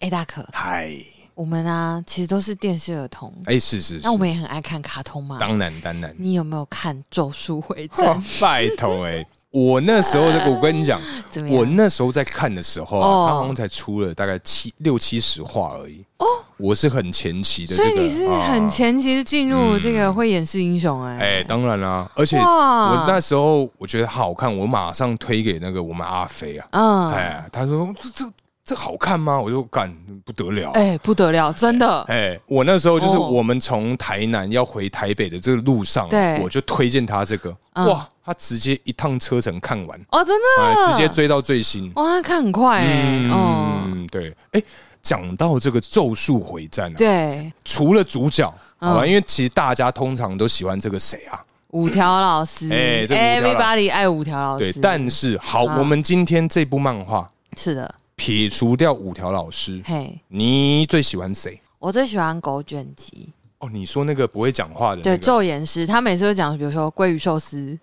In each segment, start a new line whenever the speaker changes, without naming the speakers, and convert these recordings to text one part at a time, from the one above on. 哎、大可，
嗨，
我们啊其实都是电视儿童，
哎，是是是
那我，们也很爱看卡通嘛。
当然当然，
你有没有看《咒术回
哦
战》？
拜托哎，我 那时候我跟你讲，
怎么
我
样？
那时候在看的时候
啊哦
啊，他好像才出了大概七六七十话而已。哦，我是很前期的，
所
这
以
个
你是很。
啊
前期就进入
嗯
这个会演示英雄哎、
哎，当然啦、而且
哇
我那时候我觉得好看，我马上推给那个我们阿飞啊，
嗯，哎、
哎，他说这这这好看吗？我就干不得了，啊
哎不得了，真的，
哎、我那时候就是
哦
我们从台南要回台北的这个路上，啊
对
我就推荐他这个，
嗯
哇，他直接一趟车程看完，
哦，真
哎、
的，
直接追到最新。
哇，他看很快哎、哦，
嗯，对，哎、讲到这个《咒术回战》啊，
对，
除了主角，
嗯
好吧，因为其实大家通常都喜欢这个谁啊？
五条老师，
哎这五条老
everybody 爱五条老
对
师，，
但是好，
啊
我们今天这部漫画
是的，
撇除掉五条老师，
嘿，
你最喜欢谁？
我最喜欢狗卷集，
哦，你说那个不会讲话的那
对，
个，
咒言师，他每次都讲，比如说鲑鱼寿司，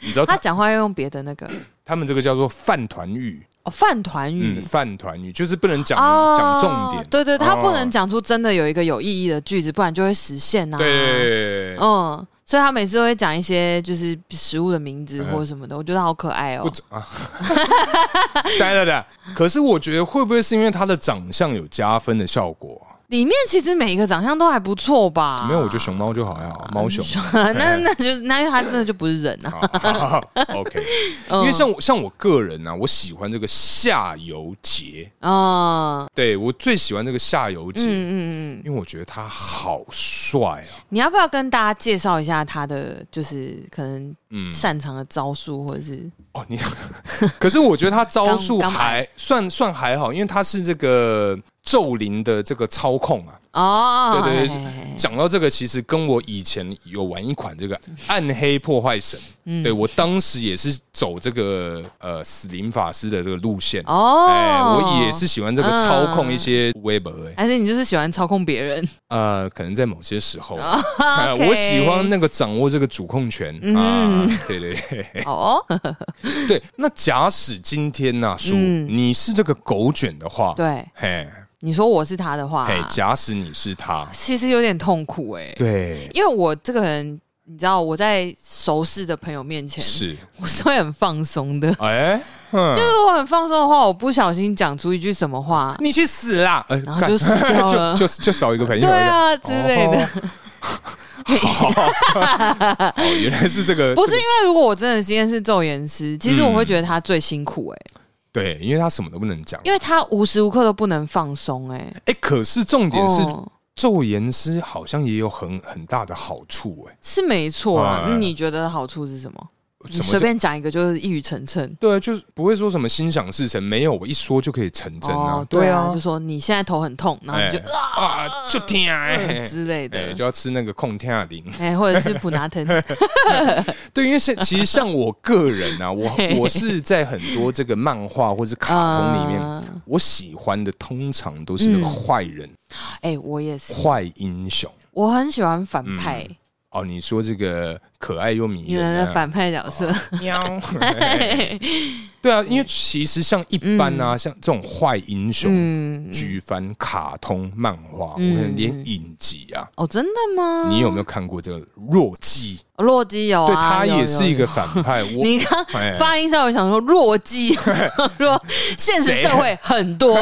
你知道
他
哦他
讲话要用别的那个
他们这个叫做饭团语，
哦，饭团语
嗯，。饭团语就是不能讲
哦
讲重点，
对对，他
哦
不能讲出真的有一个有意义的句子，不然就会实现呐、啊。
对，
嗯，所以他每次都会讲一些就是食物的名字
嗯
或什么的，我觉得好可爱
不
哦。
止啊，当然了，可是我觉得会不会是因为他的长相有加分的效果啊？
里面其实每一个长相都还不错吧？
没有，我觉得熊猫就好
啊
呀，猫熊。
那那就那因为他真的就不是人啊。
好好 好好 OK，因
嗯
为像我像我个人呢、啊，我喜欢这个夏油杰，
嗯
对我最喜欢这个夏油
嗯
杰，
嗯嗯，
因为我觉得他好帅啊，
你要不要跟大家介绍一下他的就是可能
嗯，
擅长的招数，或者是
哦，你， 可是我觉得他招数
刚刚买
还算算还好，因为他是这个咒灵的这个操控啊。
哦，
对对
嘿嘿嗯嘿
讲到这个，其实跟我以前有玩一款这个《暗黑破坏神》
嗯
对我当时也是走这个呃死灵法师的这个路线。
哦，
哎，我也是，喜欢这个操控
嗯
一些 web，、哎
还是你就是喜欢操控别人？
呃，可能在某些时候，哎
哦 OK 嗯
我喜欢那个掌握这个主控权啊，对对对。
哦，
对，那假使今天呐、叔、
嗯
你是这个狗卷的话，，
对，啊
嘿，
你说我是他的话，
嘿，假使你是他，
其实有点痛苦哎，
对，
因为我这个人，你知道我在熟识的朋友面前，
是，
我是会很放松的。
哎、嗯，
就是我很放松的话，我不小心讲出一句什么话，
你去死啦！哎、
然后
干
就死掉了
就就就哦少一个朋友，
对啊之类的。
好， 哦，原来是这个，
不是
这
因
个
为如果我真的今天是咒言师，其实我会觉得他最辛苦哎、
嗯对，因为他什么都不能讲。
因为他无时无刻都不能放松哎、
哎、可是重点是，
哦
咒言师好像也有很很大的好处、哎，
是没错啦。
哎
那你觉得的好处是什么？你
什么
随
叫
便讲一个就是一语成谶。
对，就是不会说什么心想事成，没有，我一说就可以成真啊，
哦，对啊，就说你现在头很痛，然后你就、
哎啊就听哎
呃、之类的，
哎，
哎、
就要吃那个控天啊灵。
或者是普拿 疼，呃
对，因为像其实像我个人啊，我我是在很多这个漫画或是卡通里面，
呃
我喜欢的通常都
嗯
是那个坏人、
哎、我也是，
坏英雄。
我很喜欢反派，
哦，你说这个可爱又迷
女人
人啊
的反派角
哦
色，
喵，对啊，因为其实像一般啊，像这种坏英雄。
嗯，
举凡卡通、漫画，我
嗯
们连影集啊，
哦，真的吗？
你有没有看过这个弱鸡？
有洛基有啊？
对他
有
也是一。
有
个反派。
有
我
你刚
哎
发音上，我想说弱 鸡，说现实社会很多，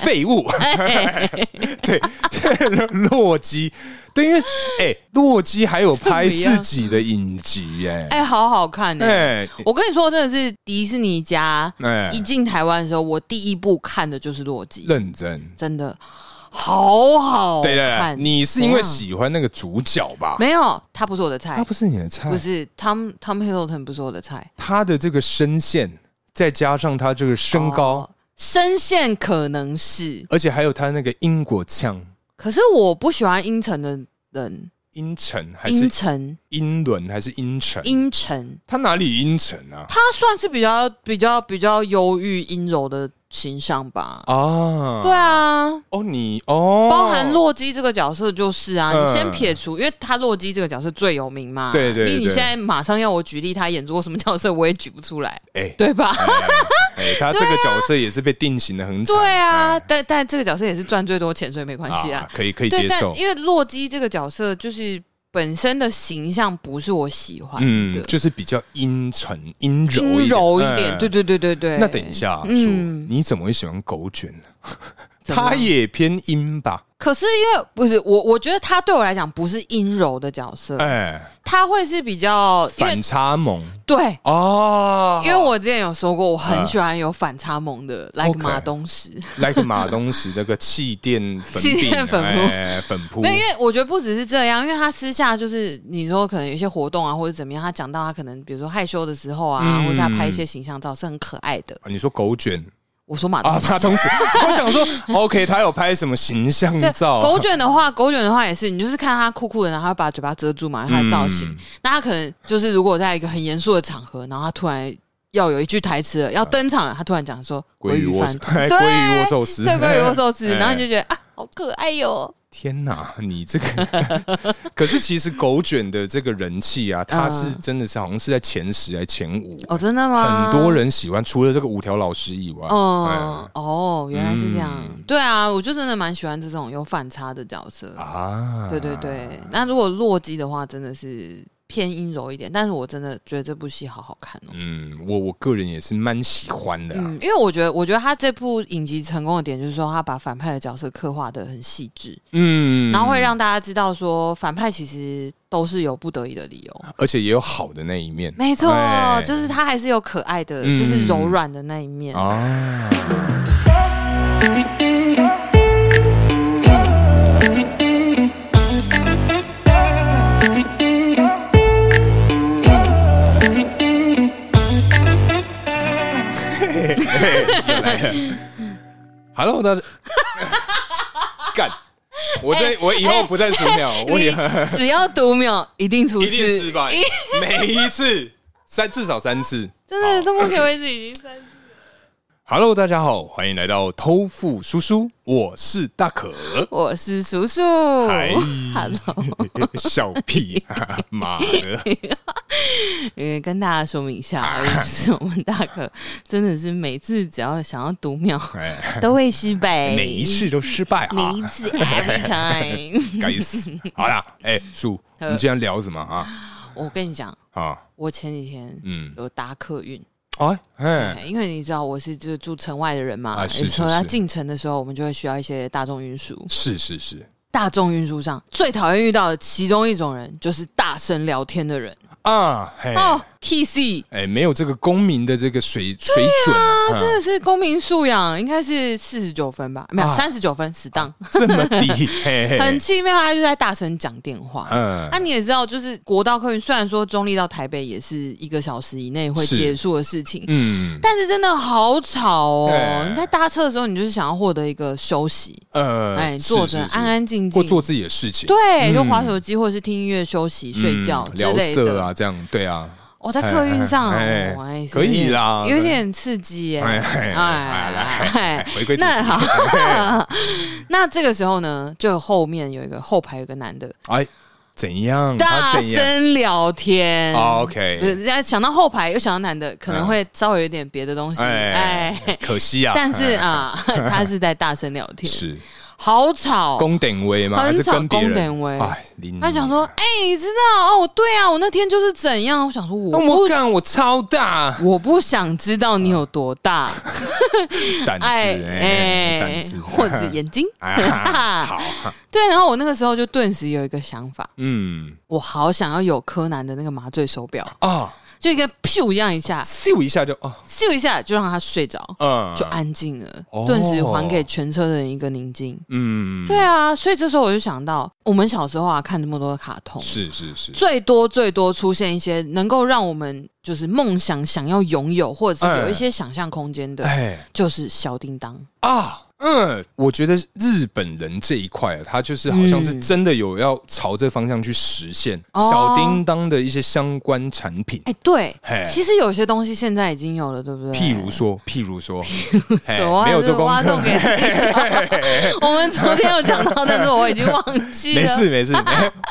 废 物，对， 洛基，对，因为哎，洛基还有拍自己的影集耶，
哎，好好看呢。
哎
我跟你说，真的是迪士尼家
哎
一，进台湾的时候，我第一部看的就是洛基，
认真，
真的好好
对的，
看。
你是因为
怎样
喜欢那个主角吧？
没有，他不是我的菜
哦他，不是你的菜
不，是 Tom Tom Hiddleston 不是我的菜，
他的这个声线，再加上他这个身高
哦，声线可能是，
而且还有他那个英国腔，
可是我不喜欢阴沉的人，
阴沉还
阴
是嗯
沉，
英伦还是阴沉？
阴沉，
他哪里阴沉啊？
他算是比较比较比较忧郁阴柔的形象吧。
啊，
对啊，
哦，你哦，
包含洛基这个角色就是啊，
嗯
你先撇除，因为他洛基这个角色最有名嘛。
对对
因为你
对
现在马上要我举例他演过什么角色，我也举不出来，
哎，
对吧？
哎哎、他这个角色也是被定型的很惨，
对啊，但但这个角色也是赚最多钱，所以没关系
哎
啊。，
啊可以可以
对，
接
但
受，
因为洛基这个角色就是本身的形象不是我喜欢
嗯
的，，
就是比较阴沉、阴柔、
阴柔一点。对
嗯
对对对对。
那等一，下啊，
嗯
说你怎么会喜欢狗卷呢？
怎么了
他也偏阴吧？
可是因为不是我，我觉得他对我来讲不是阴柔的角色，
哎，
他会是比较嗯因为
反差萌
对。
哦，
因为我之前有说过，我很
啊
喜欢有反差萌的，like
哎 OK 哦
马东石。
like 马东石那个气垫粉饼
气垫粉扑
哎粉扑
没，有，因为我觉得不只是这样，因为他私下就是你说可能有一些活动啊，或者怎么样，他讲到他可能比如说害羞的时候啊，
嗯
或者他拍一些形象照是很可爱的。
啊你说狗卷
我说马东
啊，
石，
马东石， 我想说，OK，他有拍什么形象
对
照？
狗卷的话， 狗卷的话也是，你就是看他酷酷的，然后他把嘴巴遮住嘛，他的造型。
嗯
那他可能就是如果在一个很严肃的场合，然后他突然要有一句台词了，要登场了，他突然讲说
嗯鲑鱼握
饭
寿，
团
哎
对
鲑鱼握寿司，
对鲑鱼握寿司，
哎
然后你就觉得啊，好可爱哟、
天哪，你这个， 可是其实狗卷的这个人气啊，
嗯
他是真的是好像是在前十还前五，
哦，真的吗？
很多。人喜欢，除了这个五条老师以外，
嗯
嗯，
哦，原来是这样。
嗯
对啊，我就真的蛮喜欢这种有反差的角色。
啊，
对对对，那如果洛基的话，真的是偏阴柔一点，但是我真的觉得这部戏好好看哦。
嗯，我我个人也是蛮喜欢的啊，
嗯，因为我觉得，我觉得他这部影集成功的点就是说，他把反派的角色刻画的很细致，
嗯，
然后会让大家知道说，反派其实都是有不得已的理由。
而且也有好的那一面
没错
哎，
就是他还是有可爱的，
嗯
就是柔软的那一面。
啊。嘿嘿嘿又来了 Hello，大家干！我对我以后不再数秒，我以后。
你只要读秒，一定出
一
事，
定失败，每一次三至少三次。
真
哦
的到目前为止已经三。
Hello，大家好，欢迎来到偷富叔叔，我是大可。
我是叔叔
嗨
，Hello，
笑屁，啊 妈的！
呃，跟大家说明一
啊
下，就是 我们大哥真的是每次只要想要读 秒
哎，
都会失败，
每一次都失败啊
每，一 次 every time。
该死！好啦，哎，叔，我们今天聊什么啊？
我跟你讲，
啊，
我前几天
嗯，
有搭客运，
哎，哎，
哎因为你知道我是就是住城外的人嘛，
啊
有
是是
时候要
是
进城的时候，我们就会需要一些大众运输。
是是是
大众运输上最讨厌遇到的其中一种人，就是大声聊天的人
啊，嘿，
哦，Kissy。
哎，没有这个公民的这个水水准
他真
啊，
的是公民素养，应该是四十九分吧？没有
啊
三十九分，死当，
嗯这么 低，嘿嘿
很奇妙。他就在大声讲电话。
嗯
那、，你也知道，就是国道客运，虽然说中立到台北也是一个小时以内会
是
结束的事情，
嗯
但是真的好吵哦
哎！
你在搭车的时候，你就是想要获得一个休息，
呃，
哎，
是
坐着
是是
安安静
或
静，
做自己的事情，
对，
嗯
就划手机或者是听音乐休息、睡觉
嗯
之
聊
类
色
的。
啊，这样对啊，
我、在客运上，
哎哎
哦哎
可以啦
有点刺激耶、
哎哎哎来
哎
哎，回归主
那
题，
好，那这个时候呢，就后面有一个后排有个男的
哎，怎样？
大
他怎样
声聊天。
哦
不是
？OK，嗯
人家想到后排又想到男的，可能会稍微有点别的东西，哎
哎，，可惜啊，
但是
哎
啊，他是在大声聊天，
是
好吵。
宫顶威吗？
很
还是
少
跟别人
宫顶威
哎，林
他想说，哎，你知道哦，对啊，我那天就是怎样，我想说，我
那我
不，
干，我超 大
我不想知道你有多 大，
胆子，
哎
哎，
哎
胆子，，
或 者眼睛，
啊，好，
对。然后我那个时候就顿时有一个想法，
嗯
我好想要有柯南的那个麻醉手 表，
啊，
就一个咻一样一下，
咻一下就哦，
咻一下就让他睡着，
嗯，
就安静了
哦，
顿时还给全车的人一个宁静。
嗯，
对，啊，所以这时候我就想到，我们小时候啊看那么多的卡通，
是是是，
最多最多出现一些能够让我们就是梦想想要拥有，或者是有一些想象空间的，
哎
就是小叮当。
啊，嗯，我觉得日本人这一块、啊，他就是好像是真的有要朝这方向去实现
嗯哦
小叮当的一些相关产品，
哎、对
嘿，
其实有些东西现在已经有了，对不对？
譬如说，譬 如说，嘿
手哦啊，
没有
这
做功
挖
课
洞，给自己跳我们昨天有讲到，但是我已经忘记了。
没 事没事，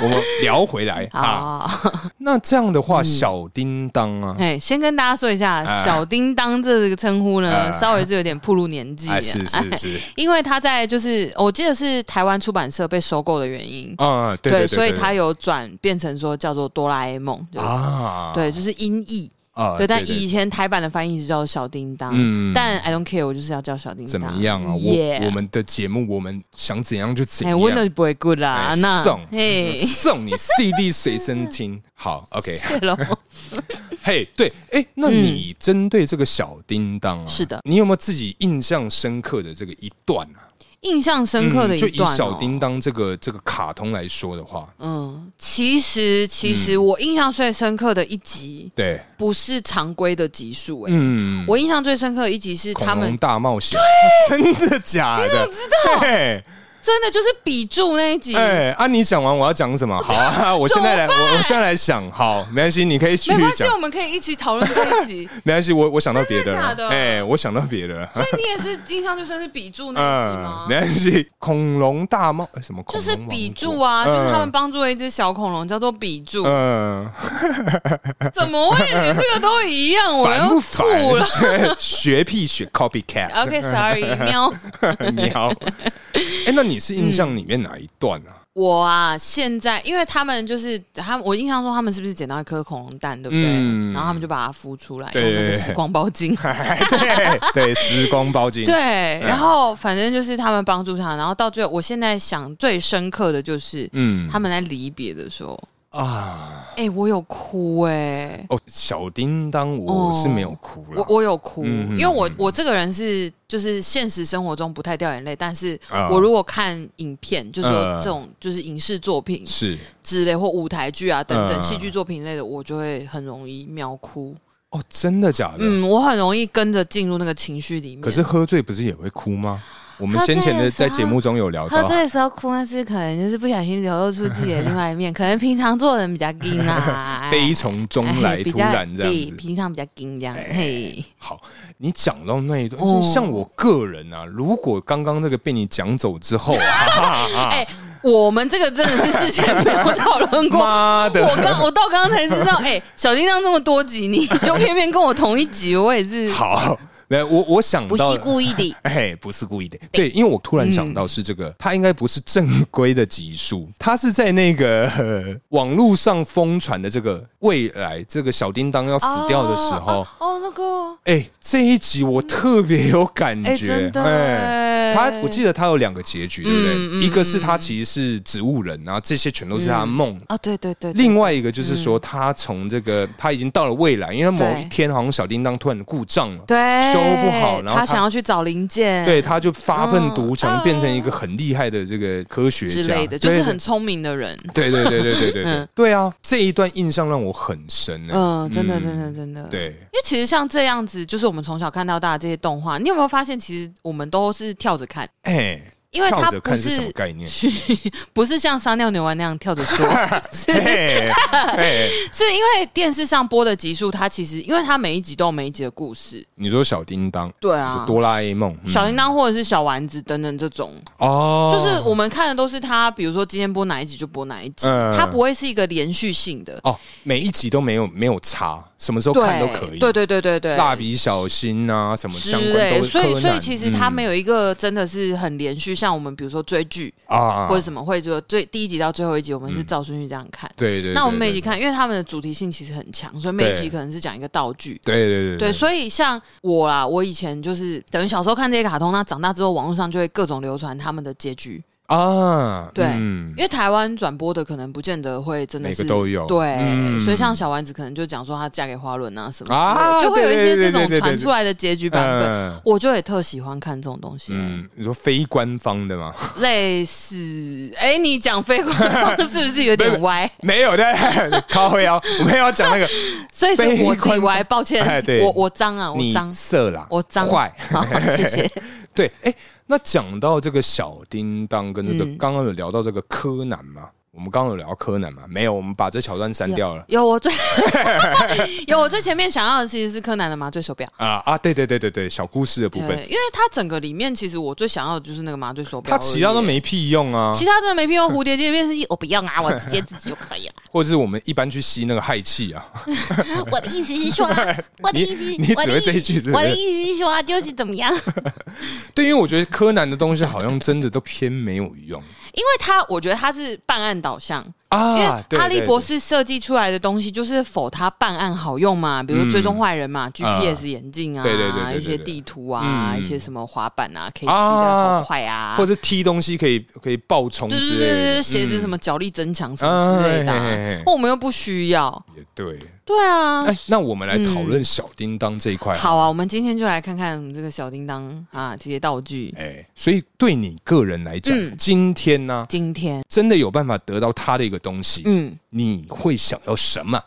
我们聊回来啊。
好。嗯
那这样的话，小叮当啊，
哎，先跟大家说一下，
啊
小叮当这个称呼呢，
啊
稍微是有点暴露年纪
哎，
了，
是是是，
因为他在就是我记得是台湾出版社被收购的原因，
啊，对对对，
所以
对
他有转变成说叫做哆啦 A 梦，就是
啊，
对，就是音译，
啊，
对，但
对
以前台版的翻译是叫小叮当，
嗯
但 I don't care，我就是要叫小叮当，
怎么样啊？
Yeah
我我们的节目，我们想怎样就怎
哎，
样。
温的不会 good 啦
哎，
那
送
嘿，
送你 CD 随身听。好，OK，
对 喽，
嘿、对，哎、那你针对这个小叮当啊，
嗯是的
你有没有自己印象深刻的这个一段啊？
印象深刻的
嗯就
一
以
段，哦
小叮。当这个这个卡通来说的话，
嗯，其实其实
嗯
我印象最深刻的一集
对，
不是常规的集数，哎，
嗯，
我印象最深刻的一集是
恐
他们
龙大冒险，真的假的？知道？哎、
真的就是比注那一集，
啊，你讲完我要讲什么？好啊， 我现在来，我我现在来想，好，没关系，你可以继
没
续
关系，
讲。
我们可以一起讨论这一集。
没关系，我我想到别的
真的假的
了，哎、我想到别的了，
所以你也是印象最深是比注那一集吗
嗯，？没关系，恐龙大冒哎什么？
就是比注
注
啊，就是他们帮助了一只小恐龙，叫做比注。
嗯，
怎么会连这个都一样？我
烦
要
不
吐了。
烦？ 学屁学 copycat
OK，sorry，、喵。
喵。哎，那你是印象里面哪一段啊？
我啊，现在因为他们就是他们，我印象中他们是不是捡到一颗恐龙蛋，对不对？
嗯
然后他们就把它孵出来，用
对
那个时光包巾。
对 对，嗯时光包金。
对，然后反正就是他们帮助他，然后到最后，我现在想最深刻的就是，
嗯
他们在离别的时候，
啊，
哎、我有哭哎、
哦，小叮当，我
哦
是没有哭
我
了。
我有哭，
嗯
因为我我这个人是就是现实生活中不太掉眼泪，但是
啊
我如果看影片，就是说
呃
这种就是影视作品
是
之类或舞台剧啊等等
呃
戏剧作品类的，我就会很容易秒哭。
哦，真的假的？
嗯，我很容易跟着进入那个情绪里面。
可是喝醉不是也会哭吗？我们
喝醉
先前的
的时
在
候
节目中有聊
喝
到，，
醉的时候哭，那是可能就是不小心流露出自己的另外一面，可能平常做人比较硬啊
悲从中来，
哎比
突
较
然这样
对
子。哎
平常比较硬这样，嘿，
好，你讲到那一段，
哦
就像我个人啊，如果刚刚那个被你讲走 之后啊，
哎，我们这个真的是事先没 有讨论过。
妈
我
的，
刚我到刚才知道，哎、小叮当这么多集， 你就偏偏跟我同一集，我也是
好，来，我我想
不
到
是，故意 的。嗯
哎，不是故意的，对，因为我突然想到是这个，它应该不是正规的集数，它是在那个 呃网络上疯传的这个未来这个小叮当要死掉的时候
哦，哦哦那个，
哎，这一集我特别有感
哎、
觉
真，的、
哎。
哎，
他我记得他有两个结局，对不对？
嗯嗯
一个是他其实是植物人，然后这些全都是他的梦。
啊，对嗯对对对
另外一个就是说，他从这个他已经到了未来，因为某一天好像小叮当突然故障了，
对，
修不好然后
他
他
想要去找零件，
对，他就发愤图强，
嗯
变成一个很厉害的这个科学
之
家
类的，就是
对
很聪明的人。
对对对对对对对
嗯
对啊！这一段印象让我很深呢。
嗯，真的，
嗯
真的，真的。
对，
因为其实像这样子，就是我们从小看到大的这些动画，你有没有发现，其实我们都是跳着看，
哎，
因为它
跳着
不
看是什么
是
概念？
不是像撒尿牛丸那样跳着说， 是
嘿 哎嘿
是因为电视上播的集数，它其实因为它每一集都有每一集的故事，
你说小叮当，
对
你
啊
说，哆啦 A 梦，嗯
小叮当或者是小丸子等等这种，
哦，
就是我们看的都是它，比如说今天播哪一集就播哪一集，
嗯
它不会是一个连续性的，
哦，每一集都没有没有差，什么时候
对
看都可以。
对对对对对，
蜡笔小新啊，什么
之
相关
类
都，是
所以
柯
所以
南
其实它
嗯
没有一个真的是很连续，像我们比如说追剧
啊，
或者什么，会说最第一集到最后一集，我们是照顺序这样看。
对对，
那我
对
们每一集，
对
看，因为他们的主题性其实很强，所以每一集
对
可能是讲一个道具。
对对对
对，所以像我啦，我以前就是等于小时候看这些卡通，那长大之后网络上就会各种流传他们的结局，
啊，
对
嗯
因为台湾转播的可能不见得会真的
每
是
个都有
对，
嗯
所以像小丸子可能就讲说她嫁给花轮啊什么之类的，
啊
就会有一些这
对对对对对
种
对
传出来的结局版本，
嗯
我就也特喜欢看这种东西。
嗯，你说非官方的吗？
类似，哎、你讲非官 方是不是有点歪？
没有的， 靠回啊，我们要讲那个
所以是我自己歪，抱歉
哎，对
我我脏啊，我
你
脏，
色狼，
我脏
坏，
好，谢谢。
对，哎，那讲到这个小叮当跟这个
嗯
刚刚有聊到这个柯南吗？我们刚刚有聊到柯南吗？没有，我们把这桥段删掉了
有 我最有我最前面想要的其实是柯南的麻醉手表。
啊啊！对对对对对，小故事的部
对，
分，
因为它整个里面其实我最想要的就是那个麻醉手表而
它
已，
其他都没屁用啊，
其他真的没屁用。蝴蝶结变是我不用啊，我直接自己就可 以了。
或者是我们一般去吸那个氦气啊，
我的意思是说，我
你你只会这一句是不
我的
是？
意思是说就是怎么样？ 因
对，因为我觉得柯南的东西好像真的都偏没有用
为他我觉得他是办案导向，因
啊
为。
对
哈利
对
博
对
士设计出来的东西就是否他办案好用嘛，比如说追踪坏人嘛、g p s 眼镜啊，
嗯啊对对对对对
一些
对
地图啊，
嗯
一些什么滑板啊，可以骑的
啊
好快啊，
或者踢东西可以可以爆冲
对
之
对
类
对对
的，
对，鞋子
嗯
什么脚力增强什么之类的啊、
啊嘿嘿嘿
我们又不需要，
嗯也对。
对啊。
哎，那我们来讨论小叮当这一块。，
嗯好啊，我们今天就来看看这个小叮当啊这些道具。
哎，所以对你个人来讲，
嗯
今天呢、
今天，
真的有办法得到他的一个东西，
嗯，
你会想要什么？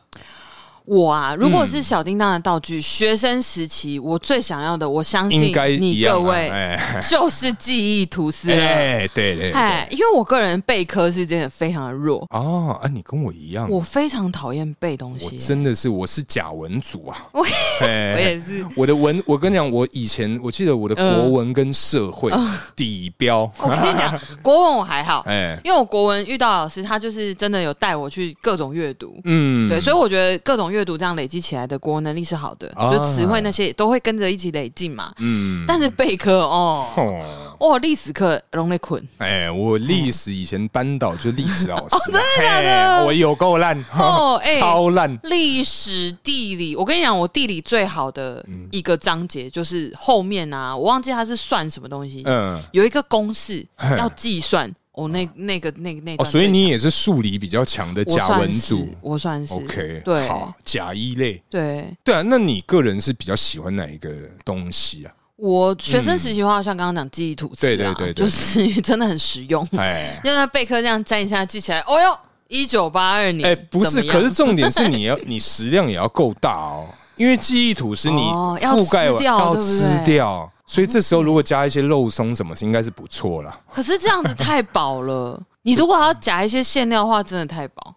我啊，如果是小叮当的道具，学生时期我最想要的，我相
应
信
该一
你各
样、啊。
位
哎
就是啊记忆吐司了。
哎，对对对。
哎，因为我个人背科是真的非常的弱，
哦，啊，你跟我一样，
我非常讨厌背东
我
西。
真的是我是假文组啊。
我
哎
我也是，
我的文，我跟你讲，我以前我记得我的国
嗯
文跟社会底标，
我跟你讲，国文我还好，
哎，
因为我国文遇到老师，他就是真的有带我去各种阅读。
嗯，
对，所以我觉得各种阅读这样累积起来的国文能力是好的，
啊
就词汇那些都会跟着一起累进嘛。
嗯，
但是备课哦，
哦，
哦，历史课容易困，
哎，我历史以前班导就是历史老师，啊
哦真的假的
嘿我有够烂，
哦哎
超烂，
历史、地理，我跟你讲，我地理最好的
嗯
一个章节就是后面啊，我忘记它是算什么东西，
嗯，
有一个公式要计算。哦，那那个那个那段最
哦，
强，
所以你也是数理比较强的
我
甲文
算是
组
我算是
，OK，
对
好，甲一类，
对。
对啊，那你个人是比较喜欢哪一个东西 啊？
我学生时期的话，像刚刚讲记忆吐司啊，
对对对对
就是真的很实用，
哎。
让他备课这样粘一下记起来。哦哟，一九八二年，
哎、不是
怎，么样
可是重点是你要 你食量也要够大哦，因为记忆土是你
哦要
覆盖
吃
完
掉
要
对不
吃
对
掉，所以这时候如果加一些肉松什么，应该是不错啦。
可是这样子太饱 了，你如果要夹一些馅料的话，真的太饱，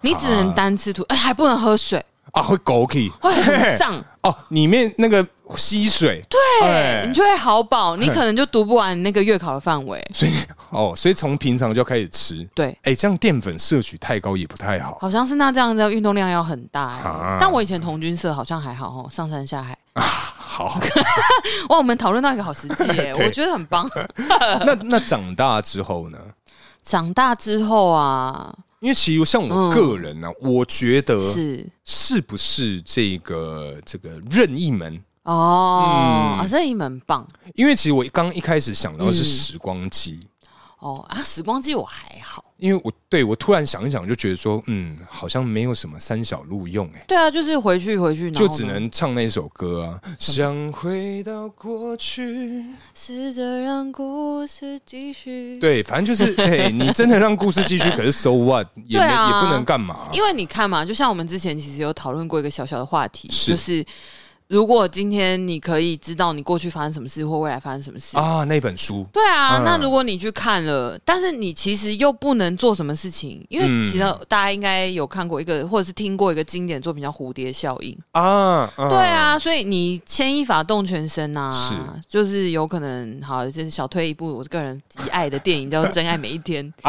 你只能单吃吐，哎、还不能喝水，
啊，会狗屁
会很胀，
哦，里面那个吸水，哎对
对，你就会好饱，你可能就读不完那个月考的范围，
所以哦，所以从平常就要开始吃。
对。
哎、这样淀粉摄取太高也不太好
好像是那这样子，运动量要很大、哎
啊
但我以前童军社好像还好哦，上山下海。
啊。 好，
哇，我们讨论到一个好时机 耶、
对
我觉得很棒。
那那长大之后呢？
长大之后啊，
因为其实像我个人呢、我觉得
嗯是
是不是这个这个任意门？
哦、
嗯
啊，这一门棒
因为其实我刚一开始想到的是
嗯
时光机，
哦啊，时光机我还好。
因为我对我突然想一想，就觉得说，嗯，好像没有什么三小路用、哎，
对啊，就是回去回去，然后
就
呢
只能唱那首歌啊，想回到过去。
试着让故事继续。，
对，反正就是，哎，你真的让故事继续，可是 so what 也没、
对啊
也不能干嘛。
因为你看嘛，就像我们之前其实有讨论过一个小小的话题，
是
就是如果今天你可以知道你过去发生什么事或未来发生什么事。
啊，那本书
对啊，
嗯
那如果你去看了，但是你其实又不能做什么事情，因为
嗯
其实大家应该有看过一个或者是听过一个经典作品叫《蝴蝶效应》。
啊，啊
对，啊，所以你牵一发动全身啊，
是，
就是有可能好，就是小推一部我个人极爱的电影叫《真爱每一天》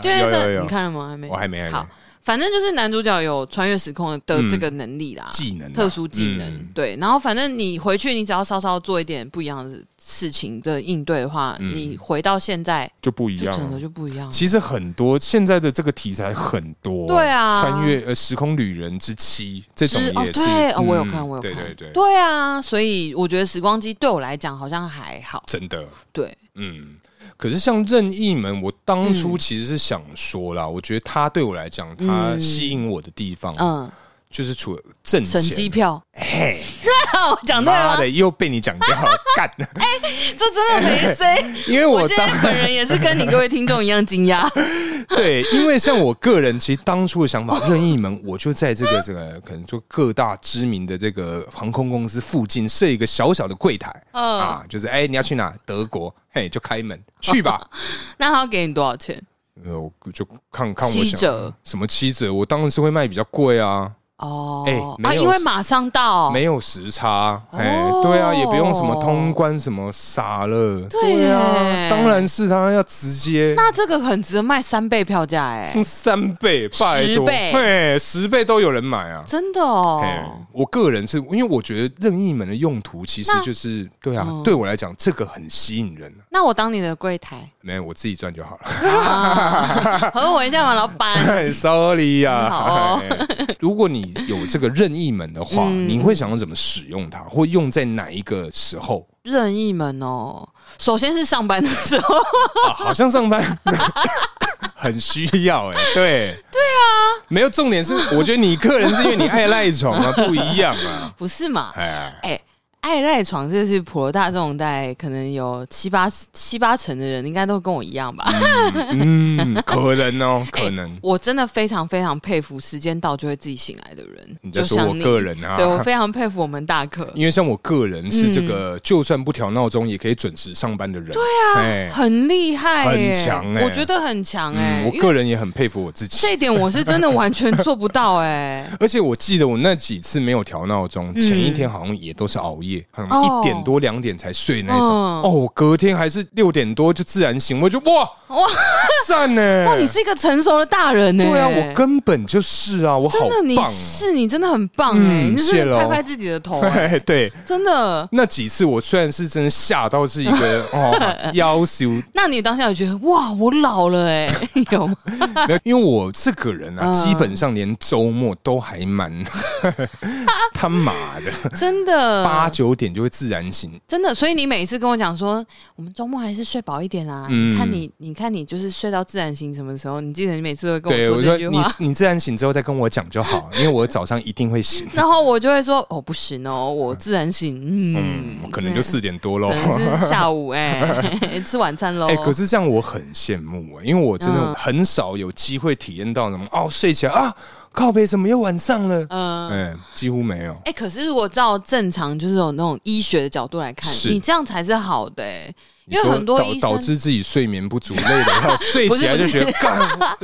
对
有
对
有
对，你
有，
看了吗？还没
我。还没还没
好，反正就是男主角有穿越时空的这个能力啦，
技能啊
特殊技能。
嗯
对，然后反正你回去，你只要稍稍做一点不一样的事情的应对的话，
嗯
你回到现在
就不一
就
样
整个
了。
就不一样了。
其实很多现在的这个题材很多，
对啊
穿越呃时空旅人之妻这种
是哦
也是，
对哦我有
嗯
看我有
对
看
对对，
对啊，所以我觉得时光机对我来讲好像还好。
真的，
对，
嗯。可是像任意门，我当
嗯
初其实是想说啦，我觉得它对我来讲，它
嗯
吸引我的地方，
嗯，
就是除了挣
省机
钱，
票，
嘿，
我讲对了
妈
吗
的，又被你讲掉 了，干！
这真的没 C。
因为
我现
当
在本人也是跟你各位听众一样惊讶，
对，因为像我个人，其实当初的想法，任意门我就在这个这个可能说各大知名的这个航空公司附近设一个小小的柜台，
嗯
啊，就是哎、你要去哪？德国，嘿，就开门去 吧。
那他要给你多少 钱？
呃，我就看看我
七
想
折
什么七折，我当然是会卖比较贵啊，
哦
哎，
啊，
没有
因为马上到，
没有时差，哎、
哦
对啊，也不用什么通关什么傻了，
对
啊，
耶
当然是他要直接。
那这个很值得卖三倍票价哎、
什么三倍，拜
十
托，
倍
嘿，十倍都有人买啊！
真的哦。
哎，我个人是因为我觉得任意门的用途其实
那
就是对啊，
嗯
对我来讲这个很吸引人、啊。
那我当你的柜 台，
没有，我自己赚就好了。
啊，合我一下嘛，老板。
Sorry 呀、
很嗯好
啊，如果你有这个任意门的话，
嗯
你会想要怎么使用它，或用在哪一个 时候？
任意门哦，首先是上班的时候，
啊、好像上班 很需要哎、对对啊，没有重点是，我觉得你个人是因为你爱赖床啊，不一样啊，
不是嘛？
哎呀，
哎、爱赖床这是普罗大众，在可能有七八七八成的人，应该都跟我一样吧。哎
嗯，可能哦，可能。
我真的非常非常佩服时间到就会自己醒来的人，
你在
就
说
像
我
你
个人啊嗯
对我非常佩服我们大 可，
因为像我个人是这个，
嗯
就算不调闹钟也可以准时上班的人。对啊，哎，
很厉害、耶
很强哎
我觉得很强哎、
嗯，我
因为
个人也很佩服我自己
这。一点我是真的完全做不到 哎、
而且我记得我那几次没有调闹钟，前一天好像也都是熬夜，可能
嗯哦
一点多两点才睡那种。
嗯
哦，我隔天还是六点多就自然醒，我就哇
哇
哇赞呢！
哇，你是一个成熟的大人呢、
对啊，我根本就是啊，我好
真的你
棒哦。
是你真的很棒哎、
嗯
你真
谢
的
咯
拍拍自己的头、 哎
对，
真的。
那几次我虽然是真的吓到是 一个哦腰 羞
那你当下有觉得哇，我老了哎、 有 吗？
没有，因为我这个人啊，
嗯
基本上连周末都还 蛮他妈的，
真的
八九点就会自然醒。
真的，所以你每一次跟我讲说，我们周末还是睡饱一点啦、
嗯
你看你，你看你就是睡到自然醒什么时候？你记得你每次都会跟
对，
我
我
说这
说
句
你
话。
你自然醒之后再跟我讲就好，因为我早上一定会醒。
然后我就会说哦，不行哦，我自然醒，嗯，
嗯，可能就四点多喽
可。能是哦下午哎、吃晚餐喽。
哎、可是这样我很羡慕啊，因为我真的
嗯
很少有机会体验到什么哦，睡起来啊，靠背怎么又晚上了？
嗯、
嗯、几乎没有。
哎、可是如果照正常就是有那种医学的角度来看，
是
你这样才是好的、欸，
你
因为
说
很多
导
医生
导致自己睡眠不足累了， 然后睡
不是
起来
不
就是觉得干，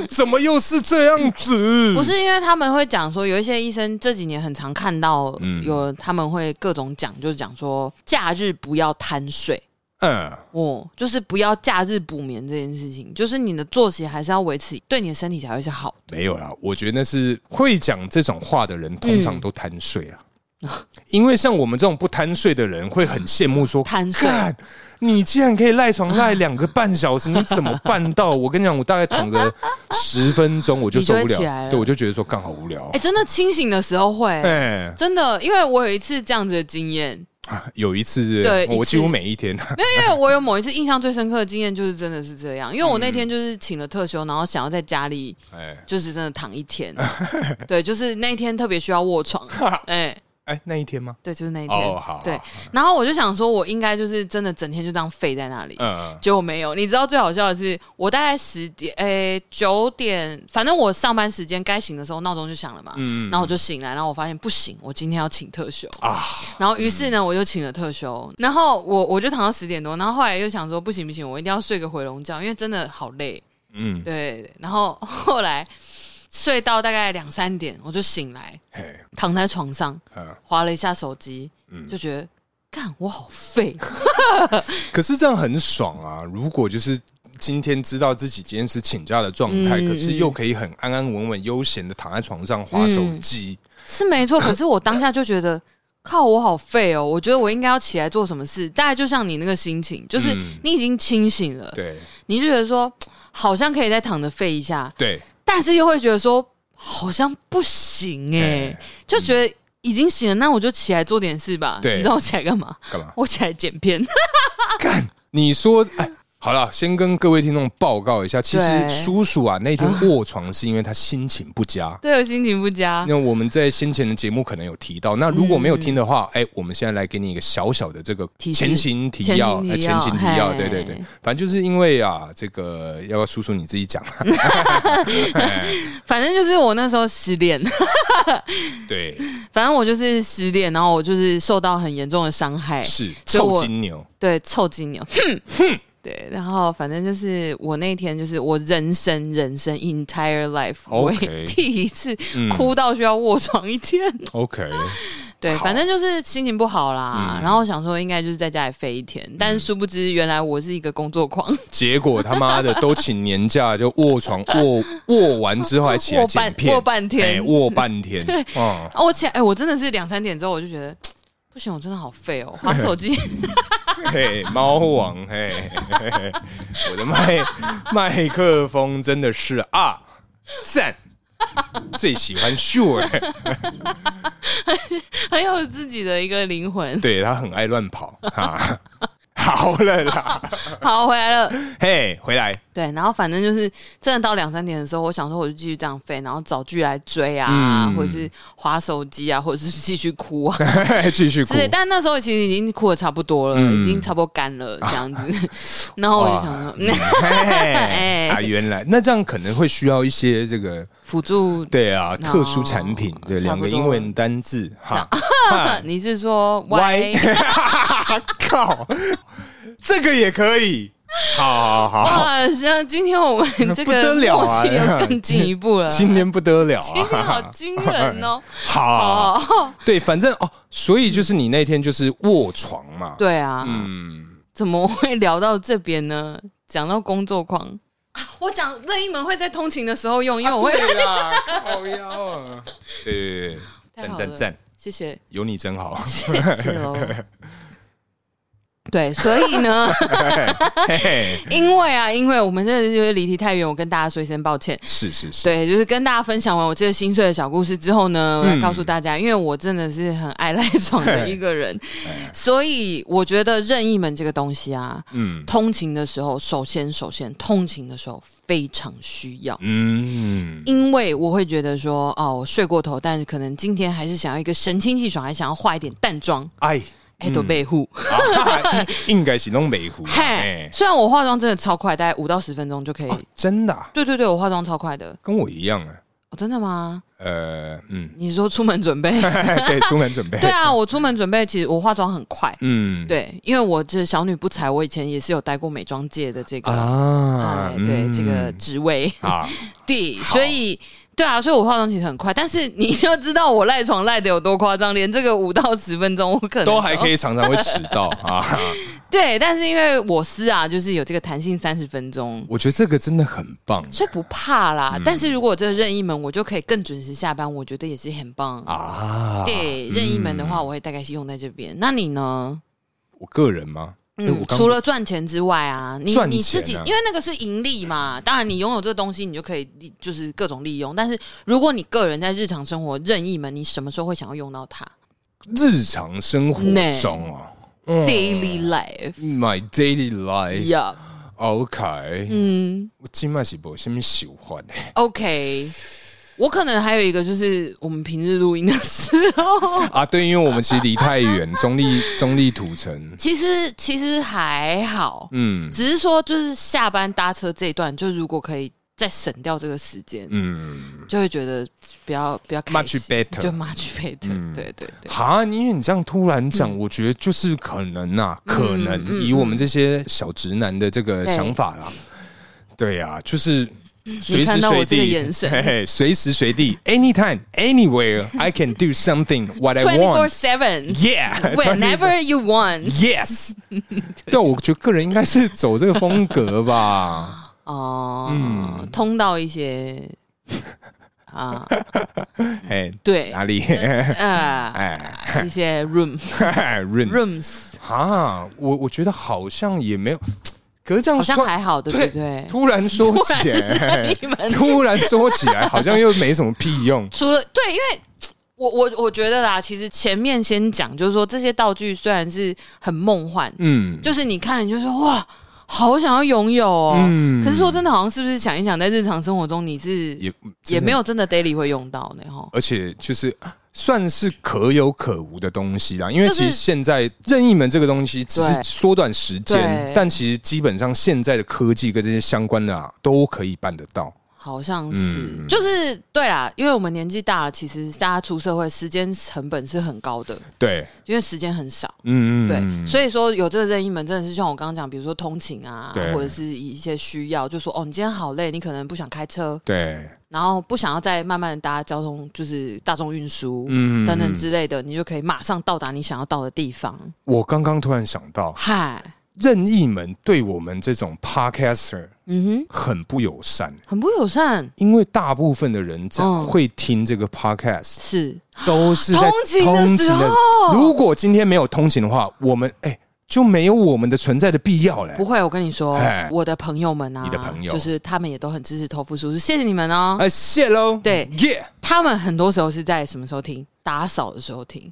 怎么又是这样子？
不是因为他们会讲说，有一些医生这几年很常看到
嗯
有他们会各种讲，就是讲说假日不要贪睡。
嗯，
哦，就是不要假日补眠这件事情，就是你的作息还是要维持，对你的身体才会是好。
没有啦，我觉得那是会讲这种话的人，通常都贪睡啊。
嗯
因为像我们这种不贪睡的人，会很羡慕说
贪睡
干你竟然可以赖床赖两个半小时，你怎么办到？我跟你讲，我大概躺个十分钟，我就受不
你就会起来了
了，对，我就觉得说干好无聊哦
哎、。真的清醒的时候会、
哎，
真的，因为我有一次这样子的经验，
有一次，
对一次
我几乎每一天，
没有，因为我有某一次印象最深刻的经验就是真的是这样，因为我那天就是请了特休，然后想要在家里
哎
就是真的躺一 天，对，就是那一天特别需要卧床，哎、
哎，那一天吗？
对，就是那一天，
哦，好，
对
好，，
然后我就想说，我应该就是真的整天就这样废在那里。
嗯，
结果没有，你知道最好笑的是，我大概十点，诶、九点，反正我上班时间该醒的时候，闹钟就响了嘛，
嗯
然后我就醒来，然后我发现不行，我今天要请特休
啊
然后于是呢，我就请了特休，然后我我就躺到十点多，然后后来又想说不行不行，我一定要睡个回笼觉，因为真的好累，
嗯，
对，然后后来睡到大概两三点，我就醒来，
嘿，
躺在床上
嗯。
划了一下手机，
嗯
就觉得。干，我好废，
可是这样很爽啊！如果就是今天知道自己今天是请假的状态，
嗯
可是又可以很安安稳稳、悠闲的躺在床上划手机，
是没错。可是我当下就觉得，靠，我好废哦！我觉得我应该要起来做什么事。大概就像你那个心情，就是
嗯
你已经清醒了，
对
你就觉得说，好像可以再躺着废一下，
对，
但是又会觉得说好像不行哎、
哎
就觉得已经醒了，那我就起来做点事吧。
对
你知道我起来干嘛？
干嘛
我起来剪片，
干？你说，哎，好了，先跟各位听众报告一下，其实
对
叔叔啊那天卧床是因为他心情不佳。
对，我心情不佳。
那我们在先前的节目可能有提到，那如果没有听的话，哎、我们现在来给你一个小小的这个
嗯提示
前情提要，
前情提
哎前情提
要
要，
嘿
对对对，反正就是因为啊，这个要不要叔叔你自己讲？啊
反正就是我那时候失恋，
对，
反正我就是失恋，然后我就是受到很严重的伤害，
是
所以
臭
我
金牛，
对，臭金牛，哼对，然后反正就是我那天就是我人生人生 entire life，我
OK
也 第一次
嗯
哭到需要卧床一天，
，OK，
对，
好嗯
反正就是心情不好啦，然后想说应该就是在家里飞一天，但殊不知原来我是一个工作狂，
结果他妈的都请年假，就卧床卧卧完之后还起来
卧半
剪片，
卧半天
哎卧半天， 嗯，
啊，我起来，哎、我真的是两三点之后我就觉得不行，我真的好废哦，滑手机。
嘿，猫王，嘿，嘿嘿我的麦麦克风真的是啊，赞，最喜欢 sure，
很有自己的一个灵魂。
对他很爱乱跑哈，好了啦，
好，回来了。
嘿，回来，
对，然后反正就是真的到两三点的时候，我想说我就继续这样飞，然后找剧来追啊，
嗯
或者是划手机啊，或者是继续哭啊
继续哭
之，类。但那时候其实已经哭的差不多了，
嗯
已经差不多干了这样 子。然后我就想说，哎嗯
嘿，啊，原来那这样可能会需要一些这个，
辅助。
对啊，
No，
特殊产品，对，
差
两
不多
个英文单字，哈，
你是说
Y，
Y？
靠，这个也可以，好好好。
哇，像今天我们这
不得
个
了
默
啊
契又 更进一步了。
今天不得了啊！
今天好惊人 哦！
好，
哦，
对，反正哦，所以就是你那天就是卧床嘛，
对啊，
嗯，
怎么会聊到这边呢？讲到工作狂啊，我讲任意门会在通勤的时候用，因为我会、
对啦，靠腰啊，对对对，
太
赞
好
赞
了，
赞，
谢 谢，
有你真好，
谢谢哦喽。对，所以呢，
嘿嘿，
因为啊，因为我们这就是离题太远，我跟大家说一声抱歉。
是是是，
对，就是跟大家分享完我这个心碎的小故事之后呢，我
嗯
要告诉大家，因为我真的是很爱赖床的一个人，所以我觉得任意门这个东西啊，
嗯
通勤的时候，首先首先通勤的时候非常需要。
嗯，
因为我会觉得说，哦，我睡过头，但是可能今天还是想要一个神清气爽，还想要化一点淡妆，
哎，
哎、都被护。
啊哈哈应应该是弄美湖，
嘿
哎，，
虽然我化妆真的超快，大概五到十分钟就可以。
哦真的啊
对对对，我化妆超快的。
跟我一样啊，
哦，真的吗？
呃，嗯，
你说出门准备？
对，出门准备
对，啊，我出门准备，其实我化妆很快。
嗯，
对，因为我这小女不才，我以前也是有待过美妆界的这个，
啊
哎，，对
嗯
这个职位，
啊，
对，
好
所以对啊，所以我化妆其实很快，但是你就知道我赖床赖的有多夸张，连这个五到十分钟我可能
都还可
以。
以常常会迟到啊。
对，但是因为我私啊，就是有这个弹性三十分钟。
我觉得这个真的很棒
所以不怕啦，
嗯
但是如果这个任意门，我就可以更准时下班，我觉得也是很棒。
啊！
对，任意门的话，我会大概是用在这边。那你呢？
我个人吗？哎
嗯
我，刚
除了赚钱之外啊，你
赚钱啊
你自己，因为那个是盈利嘛，当然你拥有这个东西，你就可以利就是各种利用。但是如果你个人在日常生活任意门，你什么时候会想要用到它
日常生活中啊，嗯
？Daily life，
，my daily life，OK，、
呀，嗯
我今麦是无什么喜欢的，
，OK。我可能还有一个就是我们平日录音的时候，
啊，对，因为我们其实离太远，中立中立土城，
其实其实还好，
嗯
只是说就是下班搭车这一段，就如果可以再省掉这个时间，
嗯，
就会觉得比较比较开心
Much better
就 much better，、
嗯
对对 对，
哈，因为你这样突然讲，我觉得就是可能啊，可能、
嗯
以我们这些小直男的这个
对
想法啦，对呀、就是。随
你
时
看到
随
我这个
地，
眼神
嘿嘿，随时随地，anytime, anywhere, I can do something what I
twenty four
want.
seven。
Yeah,
Whenever you want，
Yes，但我觉得个人应该是走这个风 格吧。
哦、
嗯
通到一些啊，
哎，
对，
哪里？
呃，
哎，
一些 room
润
rooms
啊，我我觉得好像也没有，可是这样
好像
突
还好，对不对？
突然说起来，
你 们
突然说起来，好像又没什么屁 用。
除了对，因为我我我觉得啦，其实前面先讲，就是说这些道具虽然是很梦幻，
嗯，
就是你看了你就说哇，好想要拥有哦。
嗯
可是说真的，好像是不是想一想，在日常生活中你是
也
也没
有，
有真的 daily 会用到呢哈。
而且就是啊算是可有可无的东西啦。因为
就是
其实现在任意门这个东西只是
对
缩短时间
对，
但其实基本上现在的科技跟这些相关的啊，都可以办得到。
好像是，
嗯
就是对啦，因为我们年纪大了，其实大家出社会时间成本是很高的，
对，
因为时间很少。
嗯
对，
嗯，
所以说有这个任意门，真的是像我刚刚讲，比如说通勤啊
对，
或者是一些需要，就说哦，你今天好累，你可能不想开车，
对，
然后不想要再慢慢地搭交通，就是大众运输、
嗯
等等之类的，你就可以马上到达你想要到的地方。
我刚刚突然想到，
嗨，
任意门对我们这种 podcaster
嗯哼，
很不友善，
很不友善，
因为大部分的人在
嗯
会听这个 podcast
是
都是在
通勤的时
的。
候，
如果今天没有通勤的话，我们哎、就没有我们的存在的必要嘞
不。会，我跟你说
哎，
我的朋友们啊，
你的朋友
就是他们也都很支持托付叔叔，谢谢你们哦。
哎，谢喽。
对
耶，
他们很多时候是在什么时候听？打扫的时候听。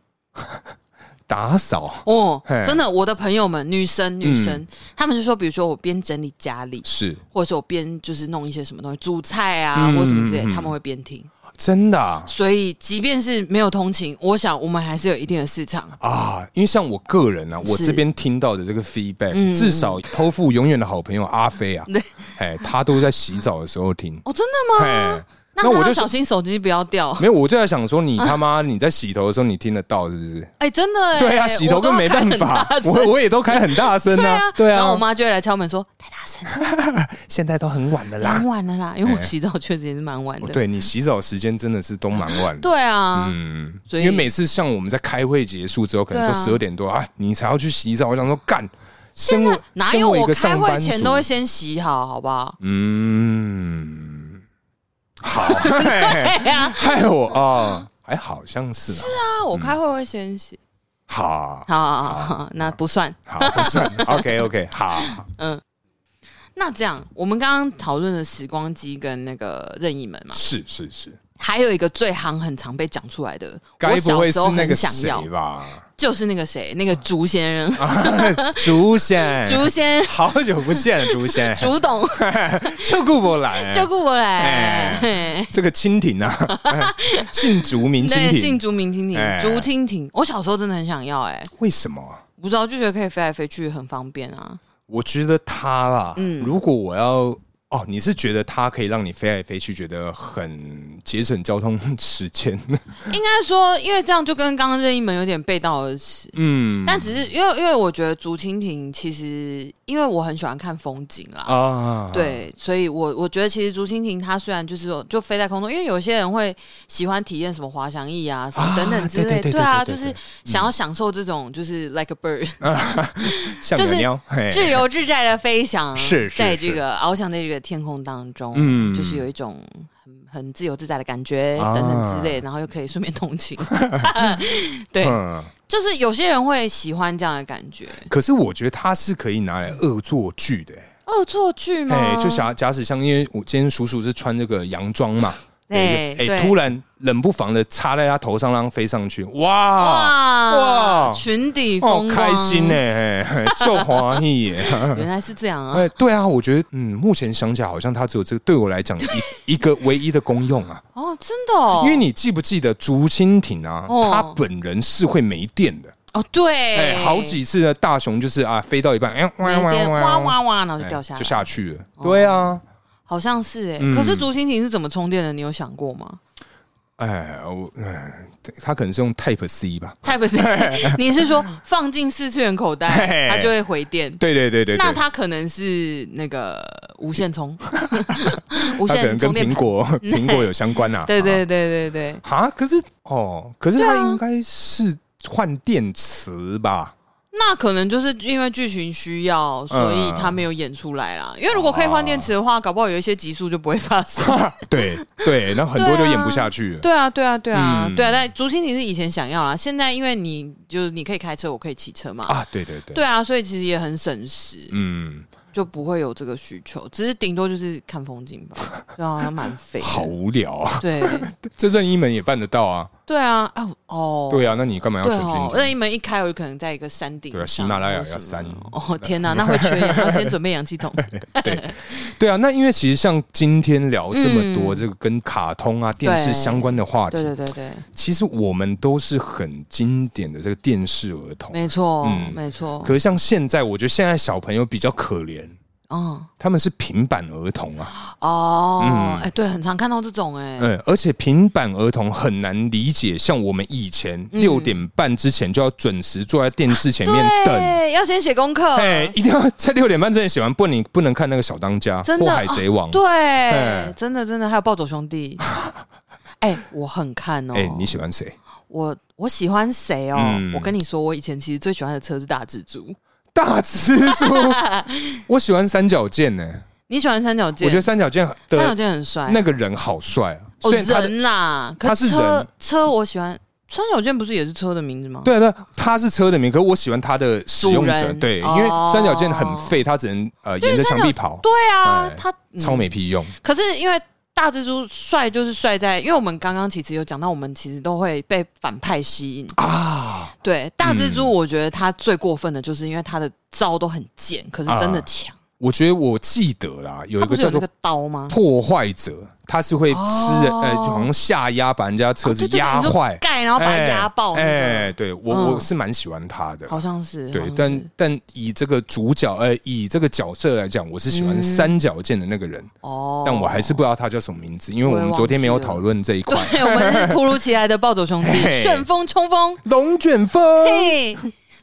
打扫
哦
嘿，嗯
真的，我的朋友们，女生女生，她们就说，比如说我边整理家里，
是
或者是我边就是弄一些什么东西，煮菜啊，
嗯
或者什么之类
嗯嗯，
他们会边听。
真的啊
所以，即便是没有通勤，我想我们还是有一定的市场。
啊因为像我个人啊，我
是
这边听到的这个 feedback，、
嗯
至少偷富永远的好朋友阿飞啊
对，
哎，他都在洗澡的时候听。
哦，真的吗？
哎，
那
那我
我
就
就是小心手机不要掉。
没有，我就在想说，你他妈你在洗头的时候你听得到是不是？
哎，真的哎，
对啊，洗头
我都
更
要
没
开
办
很
法
大，声
我我也都开很大声
对
啊
啊，，
对
然后我
啊，
妈就会来敲门说：“太大声了，
现在都很晚了啦
蛮。晚了啦。”因为我
哎
洗澡确实也是蛮晚
哦
的。
对你洗澡时间真的是都蛮晚的，
对啊，
嗯，
所
因
以
为每次像我们在开会结束之后，可能说
对啊
十二点多啊，你才要去洗澡，我想说干，身为
哪
身
有
为一
我
个
开
上
会
班
前都会
族，
先洗好，好不好？
嗯， 好，嘿
对啊，
害我啊，还好像是啊，
那我开会会先洗。
嗯好
好好好好，那不算。
好不是，OK OK，好，
那这样，我们刚刚讨论的时光机跟那个任意门嘛，
是是是，
还有一个最行很常被讲出来的，
该不
我小时
会是
候
那
很
个
想
谁
要，
吧？
就是那个谁，那个竹先生，
竹仙，
竹先生，
好久不 见，竹仙，
竹董，
就顾不来，
照顾我来
哎。
嘿
这个蜻蜓 啊，姓竹名蜻
对，姓
蜓，
竹名蜻
哎
蜓，竹蜻蜓，我小时候真的很想要，哎，
为什么啊？
不知道就觉得可以飞来飞去，很方便啊。
我觉得它啦，
嗯
如果我要。哦，你是觉得它可以让你飞来飞去，觉得很节省交通 时间？
应该说，因为这样就跟刚刚任意门有点背道而驰。
嗯
但只是因为，因为我觉得竹蜻蜓其实，因为我很喜欢看风景啦，
啊，
对，所以我我觉得其实竹蜻蜓它虽然就是说就飞在空中，因为有些人会喜欢体验什么滑翔翼啊什么
啊
等等之类，
对对对
对啊，
对
就
对对嗯哎
是想要享受这种就是 like a bird
像
就
鸟
是
鸟，嘿
自由自在的飞翔，
是是
在这个翱翔在这个天空当中，
嗯
就是有一种。很很自由自在的感觉，
啊
等等之类，然后又可以顺便同情，对，
嗯。
就是有些人会喜欢这样的感觉。
可是我觉得它是可以拿来恶作剧的、
恶作剧吗？
哎、就假假使像因为我今天叔叔是穿这个洋装嘛，哎、
对
哎，
对
突然冷不防的插在他头上，让他飞上去，哇
哇
啊哇
群体
哦
风，光
开心呢、 哎嘿就欢喜耶。
原来是这样啊！
哎，对啊，我觉得，嗯，目前想起来，好像它只有这个对我来讲 一一个唯一的功用啊。
哦，真的哦，
因为你记不记得竹蜻蜓啊，
哦
它本人是会没电的。
哦对，
哎，好几次呢，大熊就是啊，飞到一半，哎，哇
没
哇
电哇
哇哇，
哇哇，然后就
哎
掉下来，哦
就下去了。对啊，
好像是哎。
嗯
可是竹蜻蜓是怎么充电的？你有想过吗
哎，我哎，它可能是用 Type C 吧？
？Type C，你是说放进四次元口袋
嘿，
它就会回电？
对对对对
那
对，
它可能是那个无线 充，无
它可
线
能
充
跟
电
苹
盘。
果 苹果有相关啊。
对
啊
对对对对，
啊，可是哦，可是它
对啊
应该是换电池吧？
那可能就是因为剧情需要，所以
嗯
它没有演出来啦。因为如果可以换电池的话，搞不好有一些集数就不会发生。
对对，那很多就
对啊
演不下去 了。
对啊，对啊，对啊，
嗯
对啊。但竹蜻蜓是以前想要啦，现在因为你就是你可以开车，我可以骑车嘛。
啊，对对对，
对啊，所以其实也很省时，
嗯，
就不会有这个需求，只是顶多就是 看风景吧，对啊，蛮费的。
好无聊啊！
对，
这任意门也办得到啊，
对啊，啊哦，
对啊，那你干嘛要
对
全
哦，
军
那
体？
一门一开，我可能在一个山顶
对啊
上，
喜马拉雅
或
要
什么
山
哦天哪，那会缺氧，要先准备氧气筒。
对，对啊，那因为其实像今天聊这么多
嗯
这个跟卡通啊、电视
对
相关的话
对
题
对，对对，
其实我们都是很经典的这个电视儿童。
没错
嗯，
没错
可，是像现在，我觉得现在小朋友比较可怜，
嗯
他们是平板儿童啊。
哦
嗯，
哎，对，很常看到这种哎，
嗯，而且平板儿童很难理解，像我们以前
嗯
六点半之前就要准时坐在电视前面等，
啊对，要先写功课，
哎，一定要在六点半之前写完，不然你不能看那个小当家
真
或
的啊
海贼王。哎
对，真的真的，还有暴走兄 弟，哎，我很看哦，
哎，你喜欢谁？
我我喜欢谁哦
嗯？
我跟你说，我以前其实最喜欢的车是大蜘蛛，
大蜘 蛛，我喜欢三角剑呢。
你喜欢三角剑？
我觉得三角剑
三角
的
剑很帅，
那个人好帅啊，
哦
虽然他的
人啦，可
他是人
车车我喜欢三角剑不是也是车的名字吗？
对啊对啊，他是车的名，可我喜欢他的使用
主
者，
人
对，
哦
因为三角剑很废，他只能呃沿着墙壁跑，
对啊
哎，
他嗯
超没屁用。
可是因为大蜘蛛帅就是帅在，因为我们刚刚其实有讲到，我们其实都会被反派吸引啊。对，大蜘蛛我觉得他最过分的就是因为他的招都很贱，可是真的强。
我觉得我记得啦，啊有一
他不
个
是
叫
有那
做
个刀吗？
破坏者，他是会吃人，
哦
呃，好像下压把人家车子
哦对对对
压
你说
坏，
盖然后把它压爆那个
哎，对我
嗯
我是蛮喜欢他的。
好像是好
对，
像是
但但以这个主角，呃，以这个角色来讲，我是喜欢
嗯
三角剑的那个人，
哦，
但我还是不知道他叫什么名字，因为
我
我
也
们昨天没有
忘记了
讨论这一块。
对，我们 是突如其来的暴走兄弟，
嘿
顺风冲锋。
龙卷风，
嘿，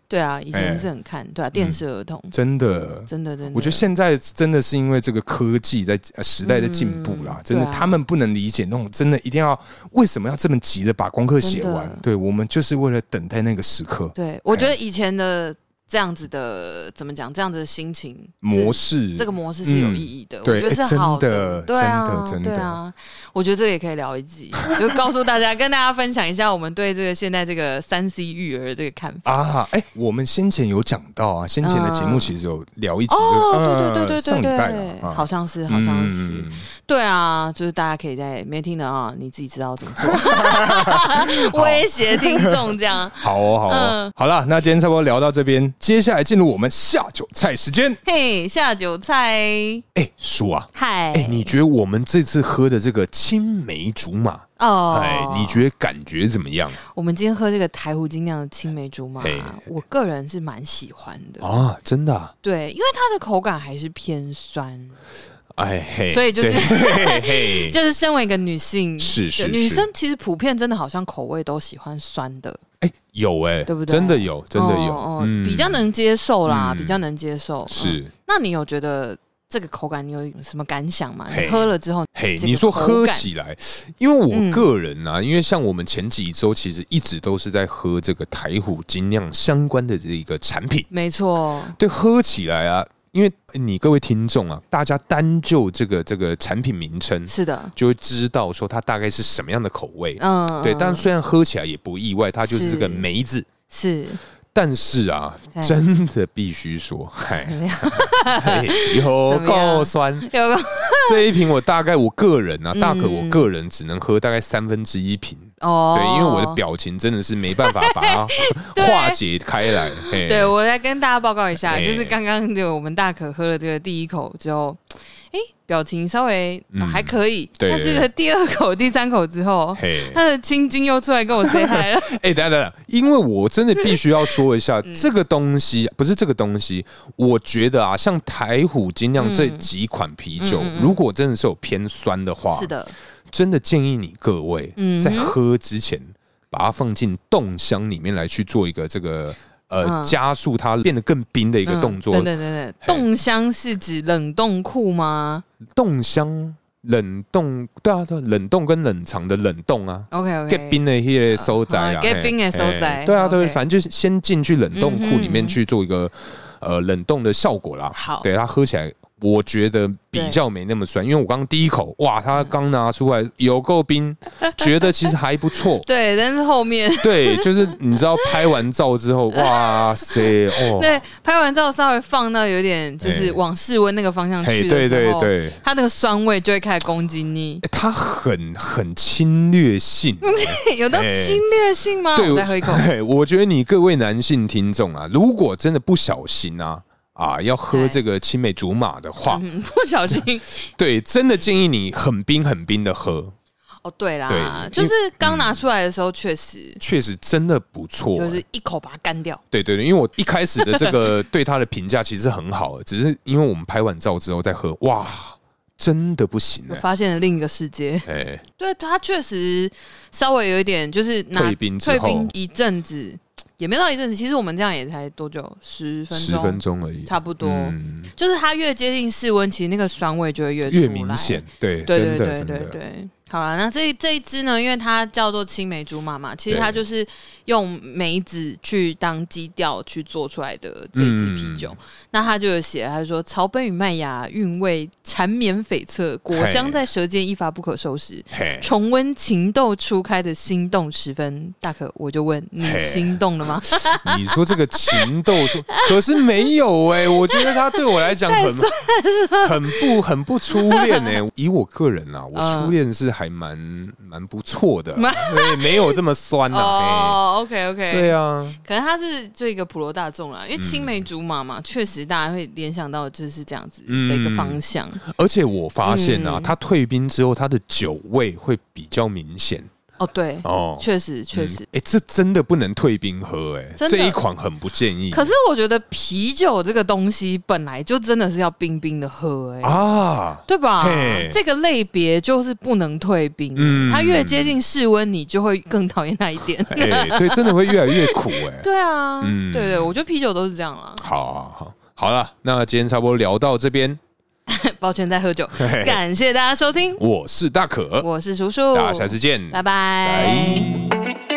对啊，以前
哎
是很看，对啊，电视儿童，
真的，
真的真的，
我觉得现在真的是因为这个科技在呃时代在进步啦，
嗯
真的、
对啊
他们不能理解那种真的一定要为什么要这么急的把功课写完
真的？
对我们就是为了等待那个时刻
对，我
哎
觉得以前的这样子的怎么讲，这样子的心情
模
式，
式。
这个模式是有
嗯
意义的，
对
我觉得是
哎
好
真的
对啊，
真的真的
对啊，我觉得这个也可以聊一集， 就告诉大家，跟大家分享一下我们对这个现在这个三 C 育儿的这个看法。
啊，哎、我们先前有讲到啊，先前的节目
嗯
其实有聊一集、这个
哦，对
呃
对对
上
对对
礼拜
对
了，啊，
好像是，好像是
嗯，
对啊，就是大家可以在没听的啊，你自己知道怎么 做， 威胁听众这样。
好哦，好哦，
嗯
好了，那今天差不多聊到这边，接下来进入我们下酒菜时间。
嘿，下酒菜，
哎、叔啊，
嗨，
哎、你觉得我们这次喝的这个青梅竹马，
哦，
哎、你觉得感觉怎么样
我们今天喝这个台湖精酿的青梅竹马
嘿，
我个人是蛮喜欢的。
啊？真的、啊，
对，因为它的口感还是偏酸，
哎嘿，
所以就是
对嘿嘿 嘿。
就是身为一个女性，
是是
对女
是
生其实普遍真的好像口味都喜欢酸的，
哎、有哎、
对不对
真的有，真的有，
哦哦
嗯
比较能接受啦，
嗯
比较能接受。嗯
是
那你有觉得这个口感你有什么感想吗？
嘿
你喝了之后，
嘿，
这个
你说
口
喝
感
起来，因为我
嗯
个人啊，因为像我们前几周其实一直都是在喝这个台虎精酿相关的这一个产品，
没错，
对，喝起来啊，因为你各位听众啊，大家单就这个这个产品名称，
是的，
就会知道说它大概是什么样的口味。
嗯，
对，
嗯
但虽然喝起来也不意外，它就是这个
是
梅子。
嗯是
但是啊，
哎
真的必须 说，嗨，
怎么样？
嘿 有
怎么样
够酸！
哎有个
这一瓶我大概我个人啊，大可我
嗯
个人只能喝大概三分之一瓶。
哦，
对，因为我的表情真的是没办法把它
对
化解开来。嘿
对，我来跟大家报告一下，
哎
就是刚刚就我们大可喝了这个第一口之后，哎，表情稍微、呃
嗯
还可以，
对
但是这个第二口、第三口之后，
嘿，
他的青筋又出来跟我 say hi 了。
哎、等一下等一下，因为我真的必须要说 一下、
嗯
这个东西，不是这个东西，我觉得啊，像台虎精酿这几款啤酒，
嗯嗯嗯嗯
如果真的是有偏酸的 话，
是，的，
真的建议你各位、
嗯
在
哼
喝之前，把它放进冻箱里面来去做一个这个呃、
嗯
加速它变得更冰的一
一
个动作。
等等等等，冻箱是指冷冻库吗
冻箱冷冻，对啊，对啊冷冻跟冷藏的冷冻啊。
？OK OK，
get 冰的一些收窄
啊
啊
，get 冰的收窄
嘿对啊，对，
OK 嗯
反正就是先进去冷冻库里面去做一个呃冷冻的效果啦。
好
对它喝起来我觉得比较没那么酸，因为我刚刚第一口，哇，
嗯
它刚拿出来有够冰，觉得其实还不错。
对，但是后面
对，就是你知道拍完照之后，哇塞，哦，
对，拍完照稍微放到有点就是往室温那个方向去
哎嘿，
的
对
时
对
候，
对，
它那个酸味就会开始攻击 你，
欸它很很侵 略性。
有到侵略性吗？
对，
我
我
再喝一 口。
嘿我觉得你各位男性听众啊，如果真的不小心啊啊要喝
对
这个青梅竹马的话，
嗯， 不小心
对，真的建议你很冰很冰的喝，
哦，对啦，
对
就是刚拿出来的时候，确实
确实真的不错、
就是一口把它干掉。
对对对，因为我一开始的 这个对它的评价其实很好的，只是因为我们拍完照之后再喝，哇，真的不行
我
哎、
发现了另一个世界，
欸，哎、
对它确实稍微有一点，就是拿
退冰之后
退冰一阵子，也没到一阵子。其实我们这样也才多久，十分
十
钟，
分钟而已，
差不多。
嗯，
就是它越接近室温，其实那个酸味就会越出来
越明。显，对，
对
真
对
的
对
真
对
的，
对。好了，那这这一支呢，因为它叫做青梅竹马嘛，其实
对
它就是用梅子去当基调去做出来的这支啤酒。
嗯
那它就有写，它说草本与麦芽韵味缠绵悱恻，果香
嘿
在舌尖一发不可收 拾。
嘿，
重温情窦初开的心动时分，大可我就问你
嘿
心动了吗？
你说这个情窦初， 可是没有哎、我觉得他对我来讲很很不很不初恋哎、以我个人啊，我
嗯
初恋是还蛮蛮不错的，对，没有这么酸呐、啊。
哦、o k OK，
嘿对啊，
可能他是就一个普罗大众啦，因为青梅竹马
嗯
嘛，确、实大家会联想到就是这样子的一个方向。
而且我发现啊，
嗯
他退冰之后，他的酒味会比较明显
哦，对，
哦。
确、实确实。
哎、诶这真的不能退冰喝哎、
真的
这一款很不建议。
可是我觉得啤酒这个东西本来就真的是要冰冰的喝、哎、
啊，
对吧
嘿？
这个类别就是不能退冰，
嗯
它越接近室温，你就会更讨厌那一点。
哎、对，真的会越来越苦 哎、
对啊，
嗯
对对，我觉得啤酒都是这样啦。
好好好，好了，那今天差不多聊到这边。
抱歉，在喝酒。
嘿嘿
感谢大家收听，哦
我是大可，
我是叔叔，
大家下次见，
拜拜。
拜